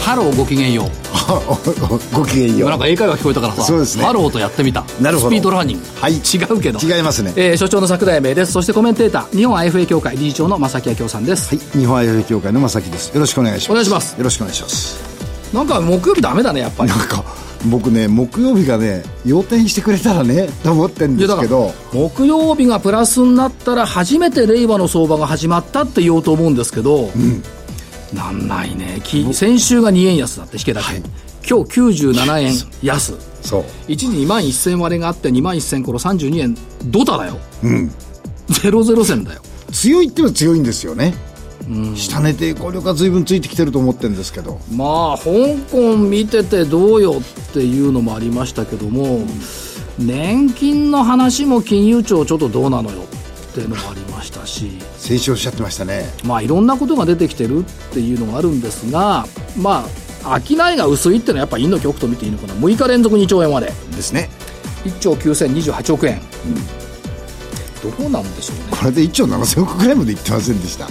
ハローごきげんようごきげんよなんうか英会話聞こえたからさそうですねハローとやってみたなるほスどピードラーニング、はい違うけど違いますねえー所長の桜井英明ですそしてコメンテーター日本 IFA 協会理事長の正木明夫さんです、はい日本 IFA 協会の正木ですよろしくお願いしますお願いしますよろしくお願いしますなんか木曜日ダメだねやっぱりなんか僕ね木曜日がね要点してくれたらねと思ってるんいでやだすかけらど木曜日がプラスになったら初めて令和の相場が始まったって言おうと思うんですけど、なんないねき先週が2円安だって引けだけ、はい今日97円安そう一時2万1000割れがあって2万1000頃32円ドタだようんゼロゼロ銭だよ強いっては強いんですよね下値抵抗力が随分ついてきてると思ってるんですけどまあ香港見ててどうよっていうのもありましたけども、年金の話も金融庁ちょっとどうなのよっていうのもありましたし先週おっしゃってましたねまあ、いろんなことが出てきてるっていうのがあるんですが、まあ、商いが薄いっていうのはやっぱり陰の極と見ていいのかな6日連続2兆円までですね1兆9028億円、どうなんでしょうねこれで1兆7000億ぐらいまでいってませんでした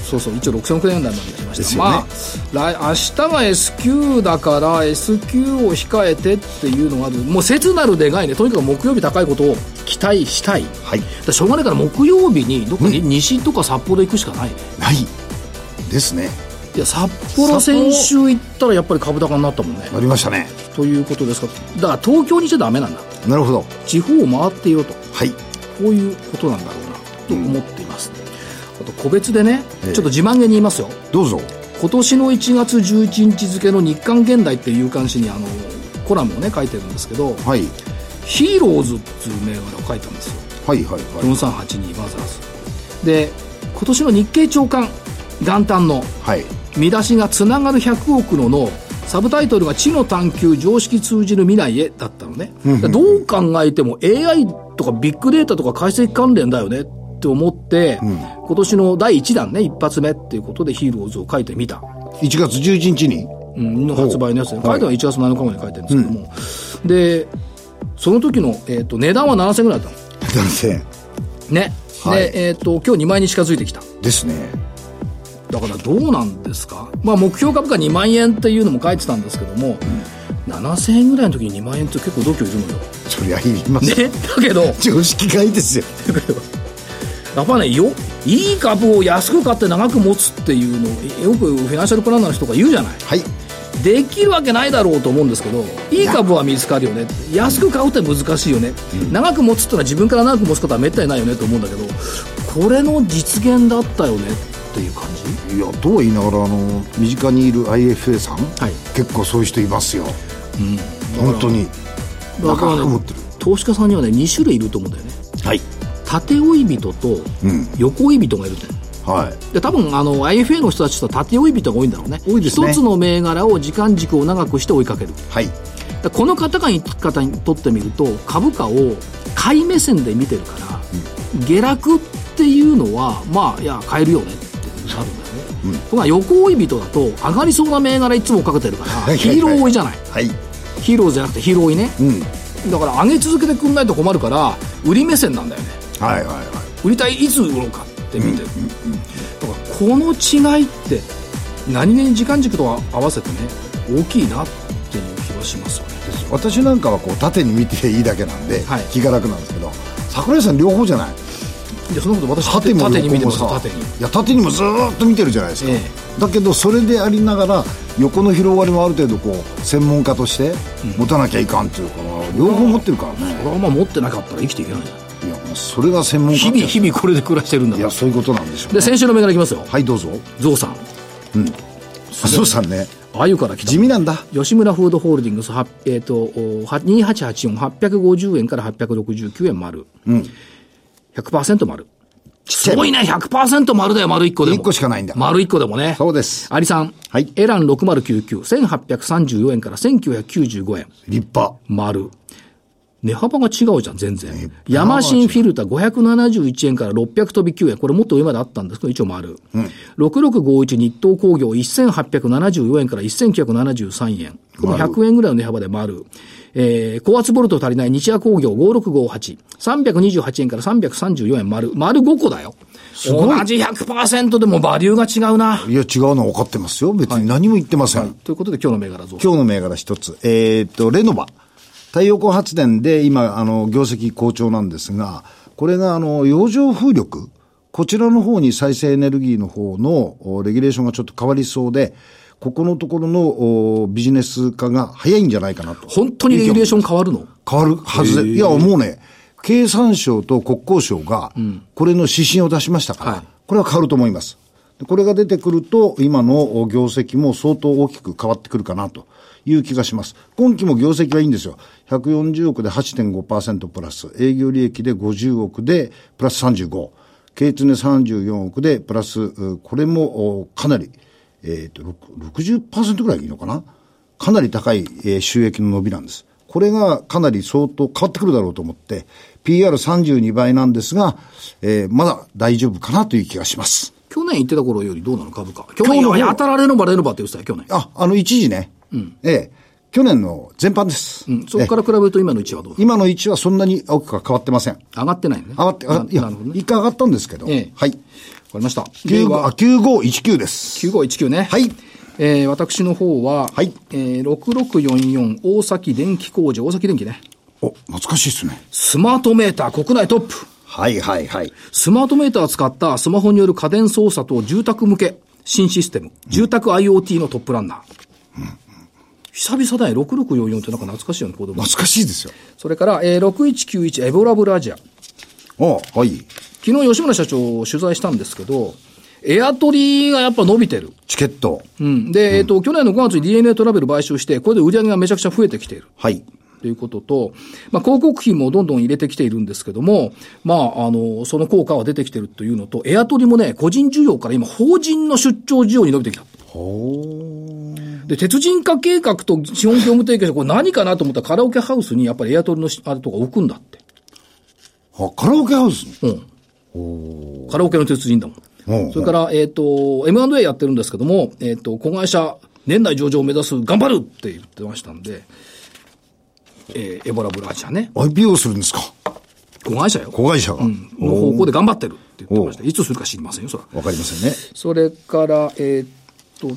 そうそう1兆6000億円台まで行きまでしすた、よねまあ来明日が S q だから S q を控えてっていうのがあるもう切なる願いねとにかく木曜日高いことを期待したいだかはいらしょうがないから木曜日にどっかに西とか札幌行くしかないね、ないですねいや札幌先週行ったらやっぱり株高になったもんねなりましたねということですかだから東京にしちゃダメなんだなるほど地方を回っていろとはいこういうことなんだろうなと思っています、あと個別でねちえょえっと自慢げに言いますよどうぞ今年の1月11日付の日刊現代っていう刊誌にあのコラムをね書いてるんですけどはい「ヒーローズ」っていう銘柄を書いたんですよはいはいは4382マザーズで今年の日経長官元旦のいはい見出しが「つながる100億の脳」サブタイトルが「知の探求常識通じる未来へ」だったのねどう考えても AI とかビッグデータとか解析関連だよねって思って、今年の第1弾ね一発目っていうことで「ヒーローズ」を書いてみた、 1月11日にうん、の発売のやつねほう書いては1月7日まで書いてるんですけども、でその時の、えー、と値段は7000円ぐらいだったの男性ね、はいで、えー、と今日2万円に近づいてきたですねだからどうなんですか、まあ、目標株価2万円っていうのも書いてたんですけども、7000円ぐらいの時に2万円って結構度胸いるのよ。そりゃいります、ね、だけど、や常識外ですよっぱねよ、いい株を安く買って長く持つっていうのを、よくフィナンシャルプランナーの人が言うじゃない。はいできるわけないだろうと思うんですけど、いい株は見つかるよね。安く買うって難しいよね。長く持つってのは自分から長く持つことはめったにないよねと思うんだけど、これの実現だったよねっていう感じいやとは言いながらあの身近にいる IFA さん、はい結構そういう人いますよ、本当にだからなかなか持ってる投資家さんにはね2種類いると思うんだよねはい縦追い人とうん横追い人がいるんだよはいで多分あの IFA の人たちとは縦追い人が多いんだろうね多いですね一つの銘柄を時間軸を長くして追いかけるはいだこの方々方にとってみると株価を買い目線で見てるから、下落っていうのはまあいや買えるよねってなるんだよね、ところが横追い人だと上がりそうな銘柄いつも追っかけてるか はらいヒーロー追いじゃないはいヒーローじゃなくてヒーロー追いねうんだから上げ続けてくんないと困るから売り目線なんだよねはいはいは売りたいいつ売ろうかって見てる、だからこの違いって何気に時間軸と合わせてね大きいなっていう気はしますよねいです私なんかはこう縦に見ていいだけなんで、はい気が楽なんですけど桜井さん両方じゃないいやそんなこと私縦縦も横もさ縦に見てますよ縦にいや縦にもずーっと見てるじゃないですか、えだけどそれでありながら横の広がりもある程度こう専門家として持たなきゃいかんっていうか、両方持ってるからね、これはまあ持ってなかったら生きていけないじゃんいやもうそれが専門家日って々日々これで暮らしてるんだかいやらそういうことなんでしょう、でね、先週の銘柄いきますよはいどうぞゾウさん麻生さんねあゆから来た地味なんだ吉村フードホールディングス、はえー、とおは2884、850円から869円丸。うん、100%丸。ちゃいすごいね、100%丸だよ、丸1個でも。一個しかないんだ丸1個でもね。そうですアリさん。はいエラン6099、1834円から1995円。立派丸。値幅が違うじゃん、全然。ヤマシンフィルター571円から600飛び9円。これもっと上まであったんですけど、一応丸。6651日東工業1874円から1973円。この100円ぐらいの値幅で丸。えー、高圧ボルト足りない日夜工業5658。328円から334円丸。丸5個だよ。同じ100%でもバリューが違うな。いや、違うのは分かってますよ。別に何も言ってません。ということで今日の銘柄増今日の銘柄一つ。えーっと、レノバ。太陽光発電で今、あの、業績好調なんですが、これが、あの、洋上風力。こちらの方に再生エネルギーの方のおレギュレーションがちょっと変わりそうで、ここのところのおビジネス化が早いんじゃないかなと。本当にレギュレーション変わるの変わるはずで。いや、もうね、経産省と国交省が、これの指針を出しましたから、はいこれは変わると思います。でこれが出てくると、今の業績も相当大きく変わってくるかなという気がします。今期も業績はいいんですよ。140億で8.5%プラス、営業利益で50億でプラス35、経通で34億でプラス、うこれもおかなり、えっ、と、6 60%ぐらいいいのかなかなり高い、えー収益の伸びなんです。これがかなり相当変わってくるだろうと思って、PR32 倍なんですが、えーまだ大丈夫かなという気がします。去年言ってた頃よりどうなの株価。去年年、の方いや、当たられのばれのばって言ってたよ、去年。あ、あの、一時ね。ええ。去年の全般です。うん、そこから比べると今の位置はどうだ今の位置はそんなに大きくは変わってません。上がってないよね。上がって、あないやなるほど、ね。一回上がったんですけど。ええはい。わかりました。で9はあ、9519です。 9519ね。はい。えー、私の方は、はいえー、6644大崎電気工場、大崎電気ね。お、懐かしいですね。スマートメーター国内トップ。はいはいはい。スマートメーターを使ったスマホによる家電操作と住宅向け新システム。住宅 IoT のトップランナー。久々だね。6644ってなんか懐かしいよね、子供。懐かしいですよ。それから、えー、6191エボラブラジア。おはい。昨日吉村社長を取材したんですけど、エアトリがやっぱ伸びてる。チケット。うん。で、えっ、と、去年の5月に DNA トラベル買収して、これで売り上げがめちゃくちゃ増えてきている。はい。ということと、まあ、広告費もどんどん入れてきているんですけども、まあ、あの、その効果は出てきてるというのと、エアトリもね、個人需要から今、法人の出張需要に伸びてきた。で、鉄人化計画と資本業務提携これ何かなと思ったらカラオケハウスにやっぱりエアトリのしあれとか置くんだって。あ、カラオケハウスにうん。カラオケの鉄人だもん。うんそれから、えっ、と、M&A やってるんですけども、えっ、と、子会社、年内上場を目指す、頑張るって言ってましたんで、えーエボラブラージャね、 IPO するんですか子会社よ。子会社が。わ、うんの方向で頑張ってるって言ってました。いつするか知りませんよ、それは。かりませんね。それから、えーっと、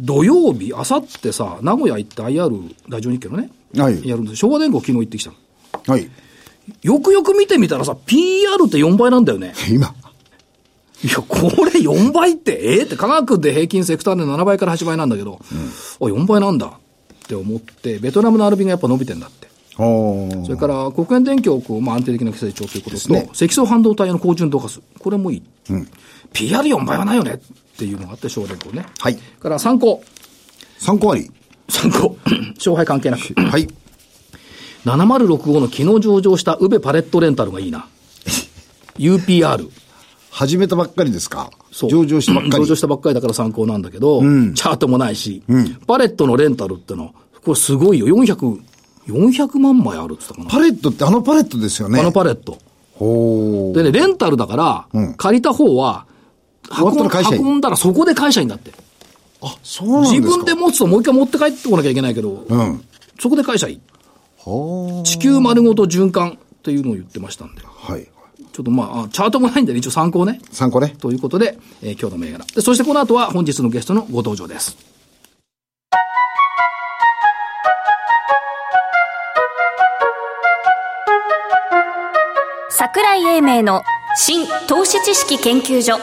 土曜日、あさってさ、名古屋行って IR、ラジオ日経のね、はいやるんです昭和電工昨日行ってきたの。はい。よくよく見てみたらさ、PR って4倍なんだよね。今。いや、これ4倍って、えーって、科学で平均セクターで7倍から8倍なんだけど、あ、4倍なんだって思って、ベトナムのアルビンがやっぱ伸びてんだって。おそれから、国連電極を、まあ、安定的な成長ということと、ね積層半導体の高純度化数。これもいい。PR4 倍はないよねっていうのがあって、省電工ね。はいから、参考。参考あり。参考。 勝敗関係なく。はい。 7065の昨日上場した宇部パレットレンタルがいい な。UPR。始めたばっかりですかそう上場したばっかり。上場したばっかりだから参考なんだけど、チャートもないし、パレットのレンタルってのは、これすごいよ。400、400万枚あるって言ったかパレットってあのパレットですよね。な。あのパレット。ほでね、レンタルだから、うん借りた方は、終わったら会社員運んだらそこで会社員だって。あ、そうなんです自か分で持つともう一回持って帰ってこなきゃいけないけど、うん。そこで会社員。は地球丸ごと循環っていうのを言ってましたんで。ちあ。はい。ょっとまああ、チャートもないんでね、一応参考ね。参考ね。ということで、えー今日の銘柄。で、そしてこの後は本日のゲストのご登場です。桜井英明の新投資知識研究所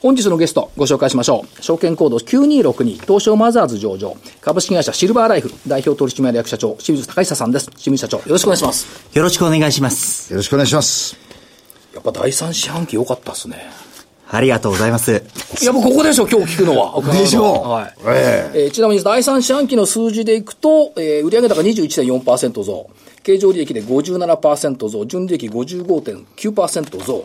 本日のゲストご紹介しましょう。証券コード9262東証マザーズ上場株式会社シルバーライフ代表取締役社長清水隆久さんです。清水社長よろしくお願いします。よろしくお願いします。よろしくお願いします。やっぱ第三四半期良かったですね。ありがとうございます。やっぱここでしょ、今日聞くの は。でしょうはい。ええーちなみに第三四半期の数字でいくと、えー売上高21.4%増、経常利益で57%増、純利益55.9%増。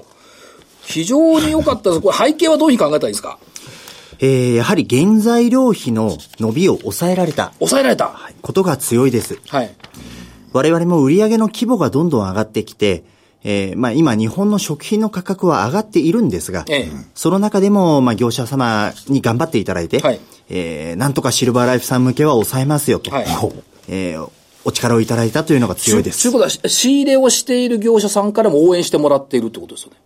非常に良かったです。これ背景はどういうふうに考えたらいいですかえーやはり原材料費の伸びを抑えられた抑えられた。はいことが強いです。はい。我々も売上の規模がどんどん上がってきて、えーまあ、今、日本の食品の価格は上がっているんですが、ええその中でも、まあ、業者様に頑張っていただいて、はいえーなんとかシルバーライフさん向けは抑えますよと、はい えーお力をいただいたというのが強いでといすう。ことは、し仕入れをしている業者さんからも応援してもらっているってことですよね。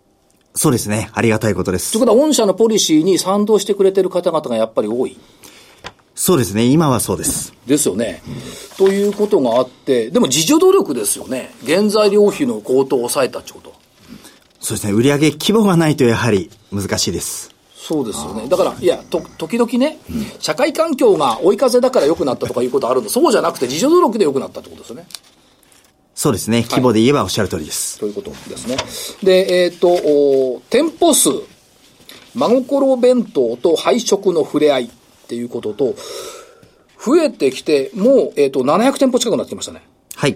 そうですね。ありがたいことでといすう。ことは、御社のポリシーに賛同してくれている方々がやっぱり多い。そうですね。今はそうです。ですよね。ということがあって、でも自助努力ですよね。原材料費の高騰を抑えたってこと。そうですね。売上規模がないとやはり難しいです。そうですよね。だから、いや、と、時々ね、社会環境が追い風だから良くなったとかいうことあるんで、そうじゃなくて自助努力で良くなったってことですよね。そうですね。規模で言えばおっしゃる通りです。ということですね。で、えっ、と、お店舗数、真心弁当と配食の触れ合いっていうことと、増えてきて、もう、えっ、と、700店舗近くなってきましたね。はい。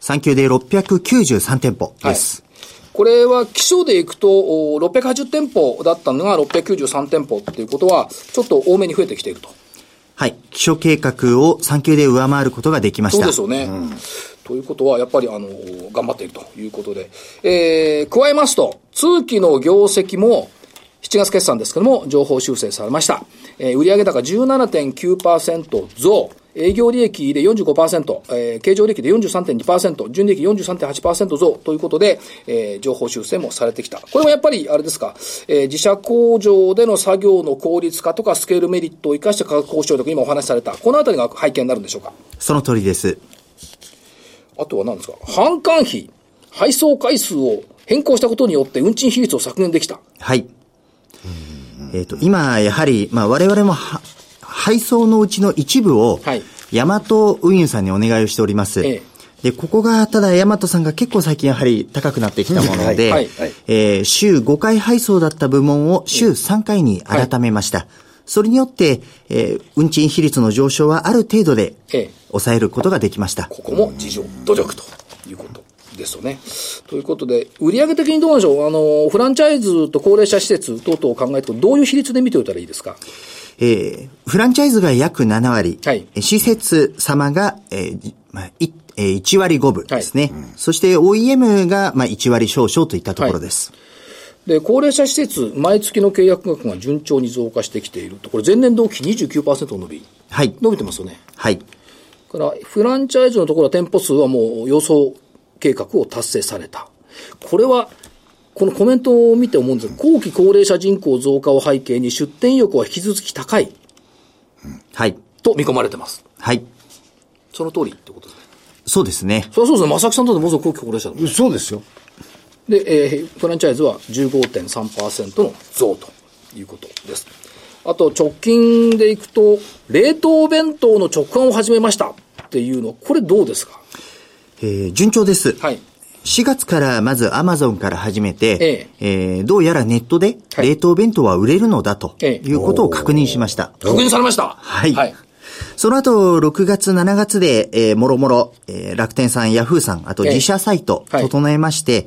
3級で693店舗です。これは基礎でいくと、お680店舗だったのが693店舗っていうことは、ちょっと多めに増えてきていると。はい。基礎計画を3級で上回ることができましそうたで。すよね。ということは、やっぱり、あの、頑張っているということで。えー、加えますと、通期の業績も、7月決算ですけども、情報修正されました。えー、売上高17.9%増、営業利益で45%、えー、経常利益で43.2%、純利益43.8%増ということで、えー、情報修正もされてきた。これもやっぱり、あれですか、えー、自社工場での作業の効率化とかスケールメリットを生かして価格交渉とか今お話しされた、このあたりが背景になるんでしょうか。その通りです。あとは何ですか販管費、配送回数を変更したことによって運賃比率を削減できた。はい。えっ、と、今、やはり、まあ、我々もは、配送のうちの一部を、はいヤマト運輸さんにお願いをしております。えで、ここが、ただ、ヤマトさんが結構最近やはり高くなってきたもので、はいはいえー週5回配送だった部門を週3回に改めました。それによって、えー運賃比率の上昇はある程度でええ、抑えることができました。ここも自助努力ということですよね。ということで、売上的にどうなんでしょうあの、フランチャイズと高齢者施設等々を考えて、どういう比率で見ておいたらいいですかえーフランチャイズが約7割、はいえー施設様が、えーじまあいえー1割5分ですね。はいそして OEM が、まあ、1割少々といったところです。で、高齢者施設、毎月の契約額が順調に増加してきていると。これ前年同期29%伸び。はい。伸びてますよね。はい。だから、フランチャイズのところは店舗数はもう予想計画を達成された。これは、このコメントを見て思うんですが、後期高齢者人口増加を背景に出店意欲は引き続き高いはい。と見込まれてます。はい。その通りってことですね。そうですね。それはそうですね。正木さんだってものすごく後期高齢者だもんそうですよ。で、えーフランチャイズは15.3%の増ということです。あと、直近でいくと、冷凍弁当の直販を始めましたっていうのは、これどうですかえー順調です。はい4月からまず Amazon から始めて、えーどうやらネットではい冷凍弁当は売れるのだとええいうことを確認しました。確認されました。はいはい。その後、6月、7月で、えーもろもろ、えー楽天さん、ヤフーさん、あとええ自社サイト、はい整えまして、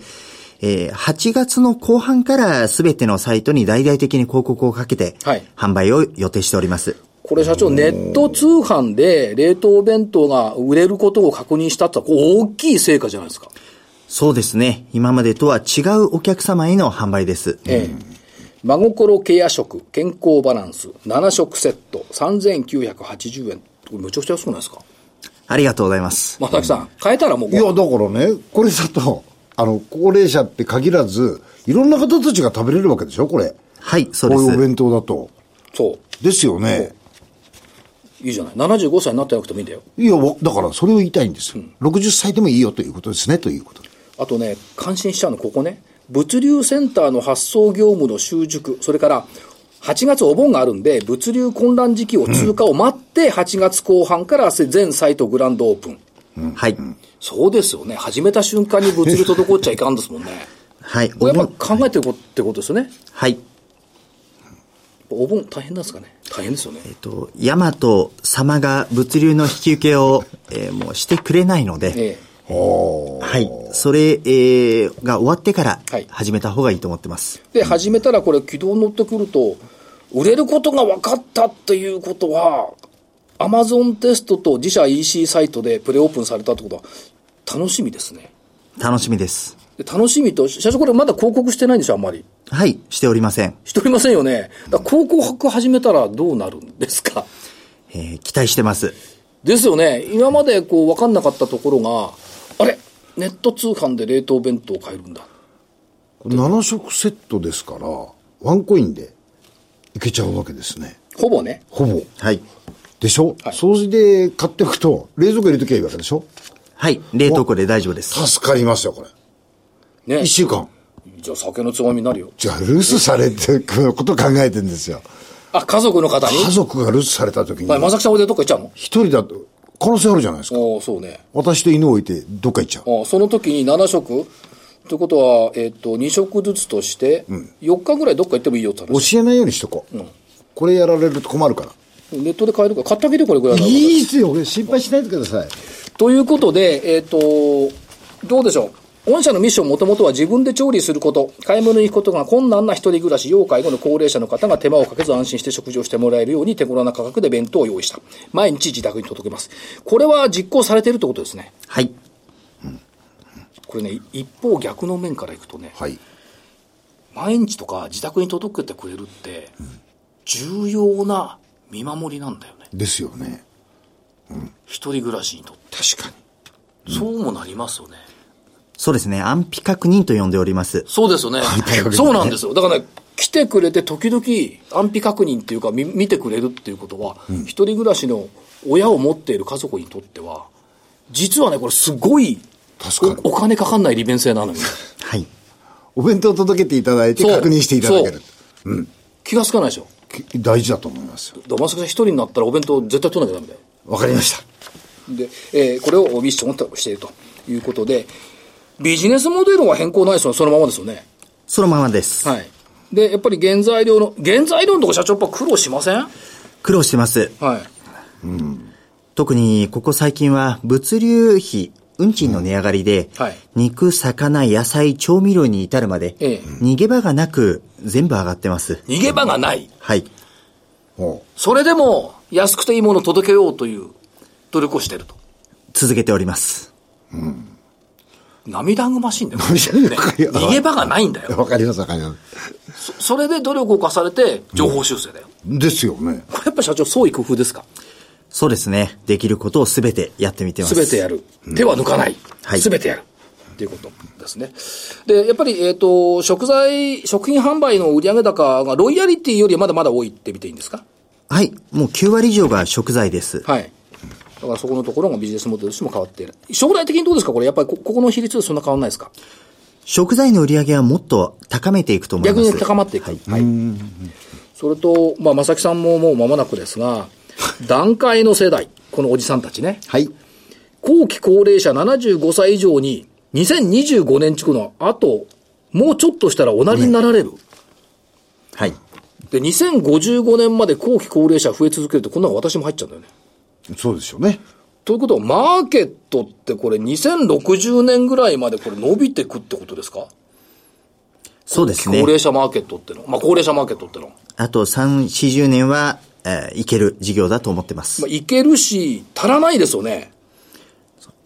えー8月の後半からすべてのサイトに大々的に広告をかけてはい、販売を予定しております。これ社長、ネット通販で冷凍弁当が売れることを確認したってこれ大きい成果じゃないですか。そうですね。今までとは違うお客様への販売です。ええ。真心ケア食、健康バランス、7食セット、3980円。これめちゃくちゃ安くないですかありがとうございます。松崎さん、変えたらもういや、だからね、これだと、あの、高齢者って限らず、いろんな方たちが食べれるわけでしょ、これ。はい、そうでこういうおす。弁当だと。そう。ですよね。いいじゃない。75歳になってなくてもいいんだよ。いや、わだからそれを言いたいんですよ。60歳でもいいよということですね、ということ。あとね、感心しちゃうの、ここね。物流センターの発送業務の習熟、それから、8月お盆があるんで、物流混乱時期を通過を待って、8月後半から全サイトグランドオープン。はい。そうですよね。始めた瞬間に物流滞っちゃいかんですもんね。はい。これやおっ盆ぱ考えてることってことですよね。はい。お盆大変なんですかね。大変ですよね。えっと、ヤマト様が物流の引き受けを、えーもうしてくれないので、ええ。はい。それ、えーが終わってからはい始めた方がいいと思ってます。で、始めたらこれ軌道に乗ってくると、売れることが分かったっていうことは、アマゾンテストと自社 EC サイトでプレオープンされたってことは、楽しみですね。楽しみです。で楽しみと、社長これまだ広告してないんでしょ、あんまり。はい、しておりません。しておりませんよね。だから広告始めたらどうなるんですか。えー期待してます。ですよね。今までこう分かんなかったところが、あれネット通販で冷凍弁当買えるんだ。これ7食セットですから、ワンコインでいけちゃうわけですね。ほぼね。ほぼ。はい。でしょ、掃除で買っておくと、冷蔵庫入れときゃいいわけでしょはい、冷凍庫で大丈夫です。助かりますよ、これ。ね一。週間。じゃあ酒のつまみになるよ。じゃあ、留守されてくことを考えてんですよ。あ、家族の方に家族が留守された時にま、あ、まさきさんおいでどっか行っちゃうの一人だと、可能性あるじゃないですか。おーそうね。私と犬を置いて、どっか行っちゃう。あその時に7食ということは、えっと2食ずつとして、4日ぐらいどっか行ってもいいよって話教えないようにしとこう。これやられると困るから。ネットで買えるから買ってあげてこれぐらいなのいいっすよ、これ心配しないでください。ということで、えっとどうでしょう御社のミッションもともとは自分で調理すること、買い物に行くことが困難な一人暮らし、要介護の高齢者の方が手間をかけず安心して食事をしてもらえるように手頃な価格で弁当を用意した。毎日自宅に届けます。これは実行されているということですね。はい。これね、一方逆の面からいくとね、はい。毎日とか自宅に届けてくれるって、重要な見守りなんだよね。ですよね。一人暮らしにとって。確かに。そうもなりますよね。そうですね、安否確認と呼んでおります。そうですよね。そうなんですよ。だからね、来てくれて時々安否確認っていうか見見てくれるっていうことは、一人暮らしの親を持っている家族にとっては、実はね、これすごい助かるおお金かかんない利便性なのよ。はい。お弁当を届けていただいて、そう確認していただける。気がつかないでしょ。き大事だと思いますよ。だからまさきさん一人になったらお弁当絶対取らなきゃダメだよ。わかりました。で、えーこれをミッションとしているということで、ビジネスモデルは変更ないですよね、そのままですよね。そのままです。はい。で、やっぱり原材料の、原材料のとこ社長やっぱ苦労しませんはい。苦労してます。特にここ最近は物流費、運賃の値上がりで、はい肉、魚、野菜、調味料に至るまで、ええ逃げ場がなく全部上がってます。逃げ場がない。はい。ほうそれでも、安くていいものを届けようという努力をしてると。続けております。涙ぐましいんだよ。涙ぐましいね逃げ場がないんだよ。 わかります、わかります。そそれで努力を重ねて、情報修正だよ。ですよね。これやっぱ社長、創意工夫ですかそうですね。できることをすべてやってみてます。すべてやる。手は抜かないは。いすべてやる。っていうことですね。で、やっぱり、えっ、と、食材、食品販売の売上高が、ロイヤリティよりはまだまだ多いって見ていいんですかはい。もう9割以上が食材です。はい。だからそこのところがビジネスモデルとしても変わっている。将来的にどうですかこれ、やっぱりこ、ここの比率はそんな変わらないですか食材の売り上げはもっと高めていくと思いま逆す。に高まっていく。はい。それと、まあ、まさきさんももう間もなくです が、団塊の世代、このおじさんたちね。はい。後期高齢者75歳以上に、2025年地区の後、もうちょっとしたらおなりになられる。はい。で、2055年まで後期高齢者増え続けると、こんなの私も入っちゃうんだよね。そうですよね。ということは、マーケットってこれ2060年ぐらいまでこれ伸びていくってことですかそうです高ね。齢者マーケットっての。まあ、高齢者マーケットっての。あと3、40年は、えーいける事業だと思ってますまあ、。いけるし、足らないですよね。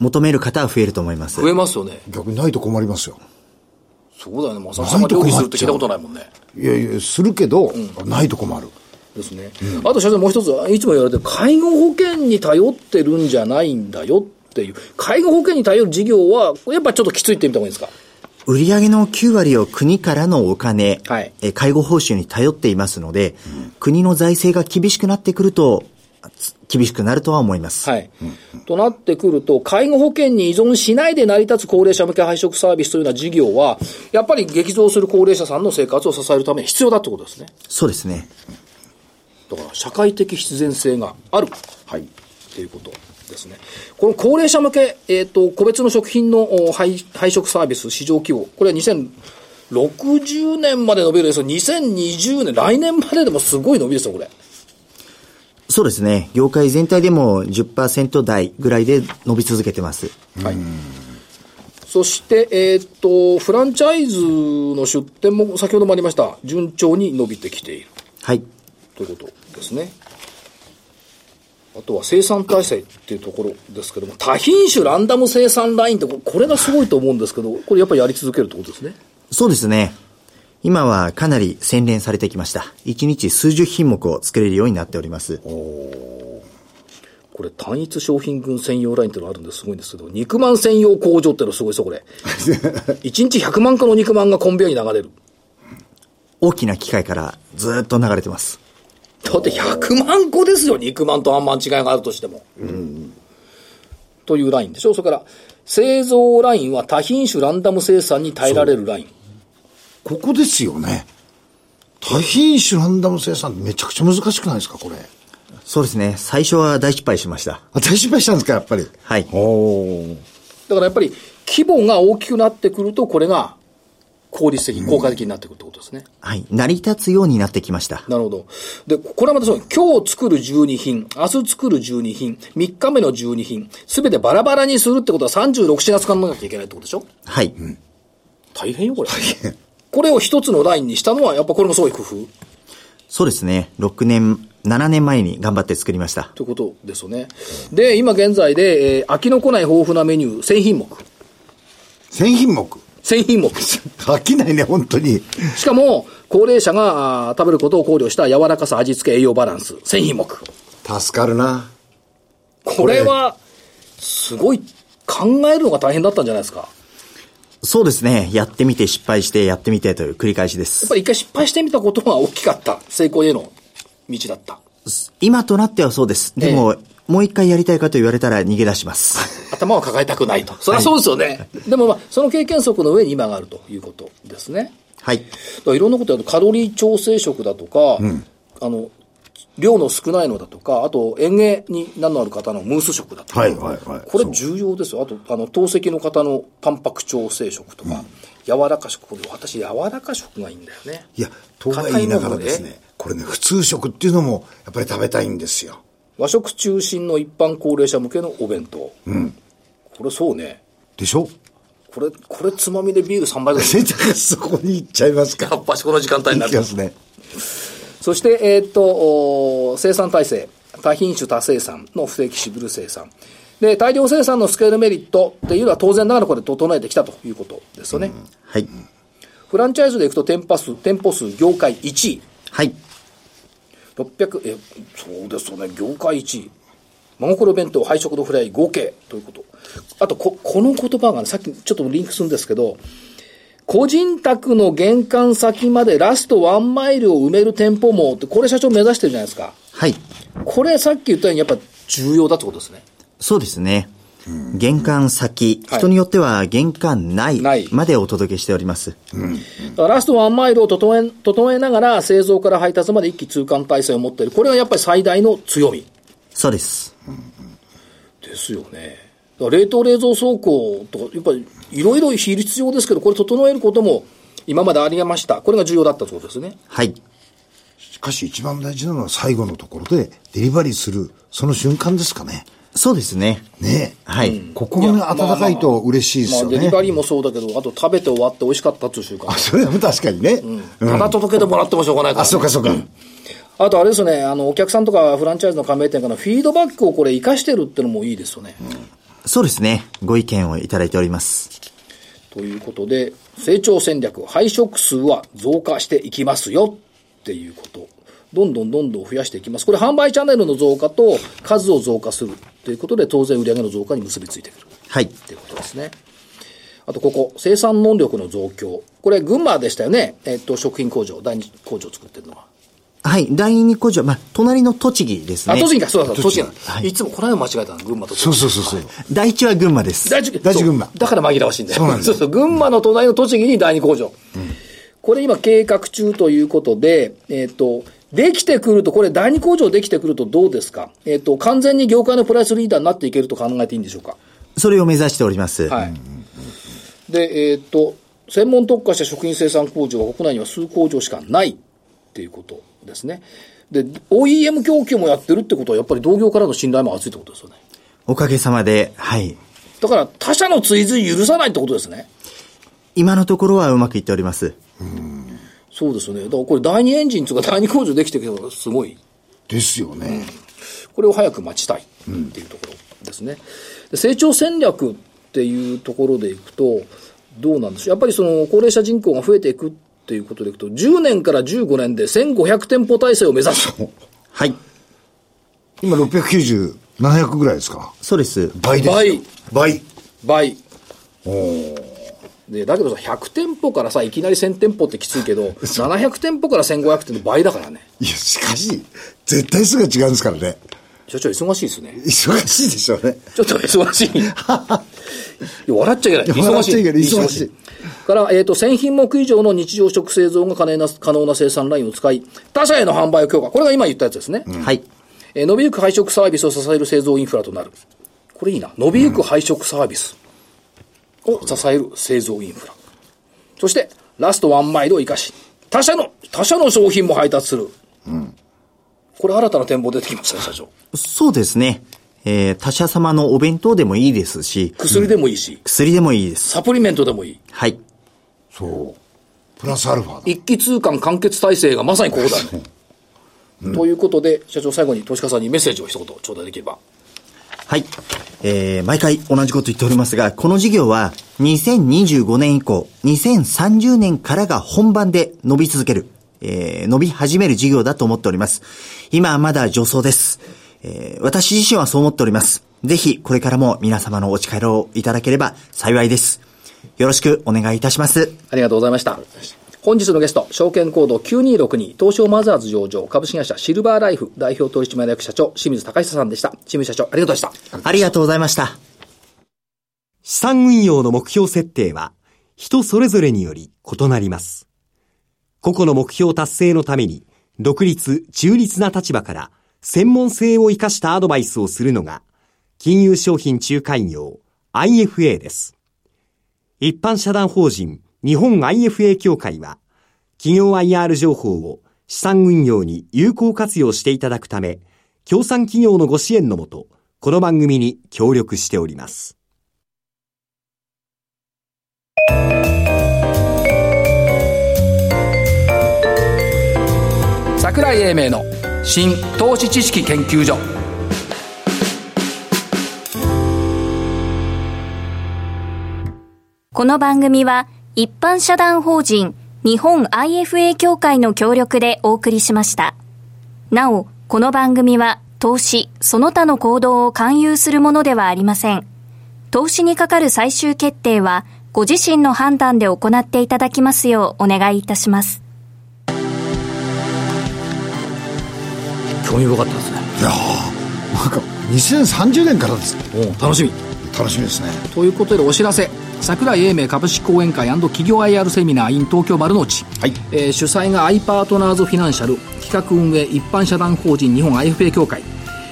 求める方は増えると思います増。えますよね。逆にないと困りますよ。そうだよね。まさきさんが料理するって聞いたことないもんね。いやいや、するけど、ないと困る。ですね。あと、社長もう一つ、いつも言われてる、介護保険に頼ってるんじゃないんだよっていう。介護保険に頼る事業は、やっぱちょっときついってみた方がいいですか売上の9割を国からのお金、はいえー介護報酬に頼っていますので、国の財政が厳しくなってくると、つ厳しくなるとは思います。はい。となってくると、介護保険に依存しないで成り立つ高齢者向け配食サービスというような事業は、やっぱり激増する高齢者さんの生活を支えるために必要だってことですね。そうですね。だから、社会的必然性がある。はい。ということですね。この高齢者向け、えっ、と、個別の食品のお配配食サービス市場規模、これは2060年まで伸びるですよ。2020年、来年まででもすごい伸びですよ、これ。そうですね。業界全体でも10%台ぐらいで伸び続けてます。はい。そして、えっ、と、フランチャイズの出店も先ほどもありました。順調に伸びてきている。はい。ということですね。あとは生産体制っていうところですけども、多品種ランダム生産ラインって、これがすごいと思うんですけど、これやっぱりやり続けるってことですね。そうですね。今はかなり洗練されてきました。1日数十品目を作れるようになっております。これ単一商品群専用ラインってのがあるんですごいんですけど、肉まん専用工場ってのすごいですよ、これ。1日100万個の肉まんがコンベアに流れる。大きな機械からずーっと流れてます。だって100万個ですよ、肉まんとあんまん違いがあるとしても。というラインでしょ。それから、製造ラインは多品種ランダム生産に耐えられるライン。ここですよね。多品種ランダム生産ってめちゃくちゃ難しくないですか、これ。そうですね。最初は大失敗しました。あ、大失敗したんですか、やっぱり。はいおお。だからやっぱり、規模が大きくなってくると、これが効率的、効果的になってくるってことですね。はい。成り立つようになってきました。なるほど。で、これはまたそう、今日作る12品、明日作る12品、3日目の12品、すべてバラバラにするってことは36品使わなきゃいけないってことでしょはい。大変よ、これ。大変。これを一つのラインにしたのは、やっぱこれもすごい工夫。そうですね。6年、7年前に頑張って作りました。ということですよね。で、今現在で、えー飽きのこない豊富なメニュー、1000品目。 1000品目。 1000品目。飽きないね、本当に。しかも、高齢者があー食べることを考慮した柔らかさ、味付け、栄養バランス、1000品目。助かるな。これは、すごい、考えるのが大変だったんじゃないですか。そうですね。やってみて失敗して、やってみてという繰り返しでやっすぱ。り一回失敗してみたことが大きかった。成功への道だった。今となってはそうです。でも、もう一回やりたいかと言われたら逃げ出 します。頭を抱えたくないと。そりゃそうですよね。でもまあ、その経験則の上に今があるということですね。はい。だからいろんなことやるとカロリー調整食だとか、あの量の少ないのだとか、あと園芸に難のある方のムース食だとか、はいはいはいこれそう重要ですよ。あとあの透析の方のタンパク調整食とか、柔らか食、これ私柔らか食がいいんだよね。いや、とは言いながらですね、これね、普通食っていうのも、やっぱり食べたいんですよ。和食中心の一般高齢者向けのお弁当。これそうね。でしょこれ、これつまみでビール3杯ぐらい。先生、 そこに行っちゃいますやか。っぱしこの時間帯に行なるきますね。そして、えーっと、おー生産体制、多品種多生産の不適シブル生産。で、大量生産のスケールメリットっていうのは当然ながらこれ整えてきたということですよね。はい。フランチャイズでいくと店舗数、店舗数業界1位。はい。 600、え、そうですよね、業界1位。真心弁当、配食のフライ、合計ということ。あと、こ、この言葉がね、さっきちょっとリンクするんですけど、個人宅の玄関先までラストワンマイルを埋める店舗もって、これ社長目指してるじゃないですか。はい。これさっき言ったようにやっぱ重要だってことですね。そうですね。玄関先、はい人によっては玄関内内までお届けしております。だからラストワンマイルを整え、整えながら製造から配達まで一気通貫体制を持っている。これはやっぱり最大の強み。そうです。ですよね。だから冷凍冷蔵倉庫とか、やっぱりいろいろ比率上ですけど、これ整えることも今までありました。これが重要だったそうですね。はい。しかし一番大事なのは最後のところで、デリバリーする、その瞬間ですかね。そうですね。ねえ。はい。ここが温かいと嬉しいですまあよデね。リバリーもそうだけど、あと食べて終わって美味しかったっていう習慣あ、。それは確かにね。うんただ届けてもらってもしょうがないから、あ、そうかそうか。あとあれですよね、あの、お客さんとかフランチャイズの加盟店からのフィードバックをこれ活かしてるってのもいいですよね。そうですね。ご意見をいただいております。ということで、成長戦略、配食数は増加していきますよっていうこと。どんどんどんどん増やしていきます。これ販売チャンネルの増加と数を増加するということで、当然売上の増加に結びついてくるはい。ということですね。あとここ、生産能力の増強。これ群馬でしたよね。えっと、食品工場、第二工場を作ってるのは。はい。第二工場、まあ、隣の栃木ですあ、ね。栃木か、そうだ、栃木だ。はいい、つもこの間間違えたの、群馬と栃木。そうそうそうそう。第一は群馬です。大地大地群馬そうだから紛らわしいんだよ。そうなんです そうそう群馬の隣の栃木に第二工場。これ今計画中ということで、えっ、と、できてくると、これ第二工場できてくるとどうですかえっ、と、完全に業界のプライスリーダーになっていけると考えていいんでしょうかそれを目指しております。はい。で、えっ、と、専門特化した食品生産工場は国内には数工場しかないっていうことですね。で、OEM 供給もやってるってことは、やっぱり同業からの信頼も厚いってことですよね。おかげさまで、はい。だから、他社の追随許さないってことですね。今のところはうまくいっております。そうですよね。だからこれ第二エンジンというか第二工場できてるけど、すごい。ですよね。これを早く待ちたいっていうところですね。で成長戦略っていうところでいくと、どうなんでしょう。やっぱりその高齢者人口が増えていくっていうことでいくと、10年から15年で1500店舗体制を目指す。はい。今690、700ぐらいですか。そうです。倍ですよ。倍倍。倍。でだけどさ、100店舗からさ、いきなり1000店舗ってきついけど、700店舗から1500店の倍だからね。いや、しかし、絶対数が違うんですからね。所長忙しいですね。忙しいでしょうね。ちょっと忙しい。いや笑っちゃいけない。いや忙しい。笑っちゃいけない忙しい。から、えっ、と、1000品目以上の日常食製造が可能な可能な生産ラインを使い、他社への販売を強化。これが今言ったやつですね。はい。えー伸びゆく配食サービスを支える製造インフラとなる。これいいな。伸びゆく配食サービスを支える製造インフラ。そして、ラストワンマイルを生かし、他社の、他社の商品も配達する。これ新たな展望出てきましたね、社長。そうですね。えー、他社様のお弁当でもいいですし、薬でもいいし、薬でもいいです。サプリメントでもいい。はい。そう。プラスアルファだ。一気通貫完結体制がまさにここだね。ということで、社長最後に投資家さんにメッセージを一言頂戴できれば。はい。えー、毎回同じこと言っておりますが、この事業は2025年以降、2030年からが本番で伸び続ける、えー、伸び始める事業だと思っております。今はまだ上層です。えー、私自身はそう思っております。ぜひ、これからも皆様のお力をいただければ幸いです。よろしくお願いいたします。ありがとうございました。本日のゲスト、証券コード9262、東証マザーズ上場、株式会社シルバーライフ、代表取締役社長、清水隆久さんでした。清水社長、ありがとうございました。ありがとうございました。資産運用の目標設定は人それぞれにより異なります。個々の目標達成のために独立、中立な立場から専門性を生かしたアドバイスをするのが金融商品仲介業 IFA です。一般社団法人日本 IFA 協会は企業 IR 情報を資産運用に有効活用していただくため、協賛企業のご支援のもと、この番組に協力しております。桜井英明の新投資知識研究所。この番組は一般社団法人日本 IFA 協会の協力でお送りしました。なお、この番組は投資、その他の行動を勧誘するものではありません。投資にかかる最終決定はご自身の判断で行っていただきますようお願いいたします。興味深かったですね。いやーなんか、2030年からです。お楽しみ。楽しみですね。ということでお知らせ桜井英明株式講演会企業 IR セミナー in 東京丸の内、はいえー主催が i パートナーズフィナンシャル企画運営一般社団法人日本 IFA 協会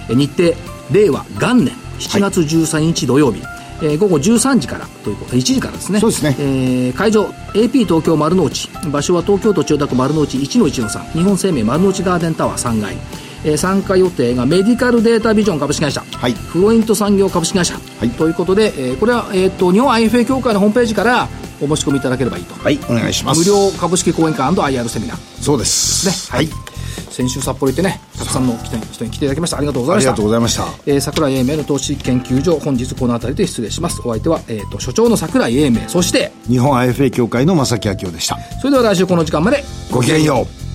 えー日程令和元年7月13日土曜日、えー午後13時からということ1時からですねそうですねえー会場 AP 東京丸の内場所は東京都千代田区丸の内1の1の3日本生命丸の内ガーデンタワー3階、えー参加予定がメディカルデータビジョン株式会社、いフロイント産業株式会社、はいということで、えーこれは、えー、と日本 IFA 協会のホームページからお申し込みいただければいいと、はい、お願いします。無料株式講演会 &IR セミナーそうです。ね、先週札幌行ってねたくさんの人に人に来ていただきましたありがとうございあまりしたがとうございました。えー、桜井英明の投資研究所本日この辺りで失礼しますお相手は、えー、と所長の桜井英明そして日本 IFA 協会の正木明夫でした。それでは来週この時間までごきげんよう。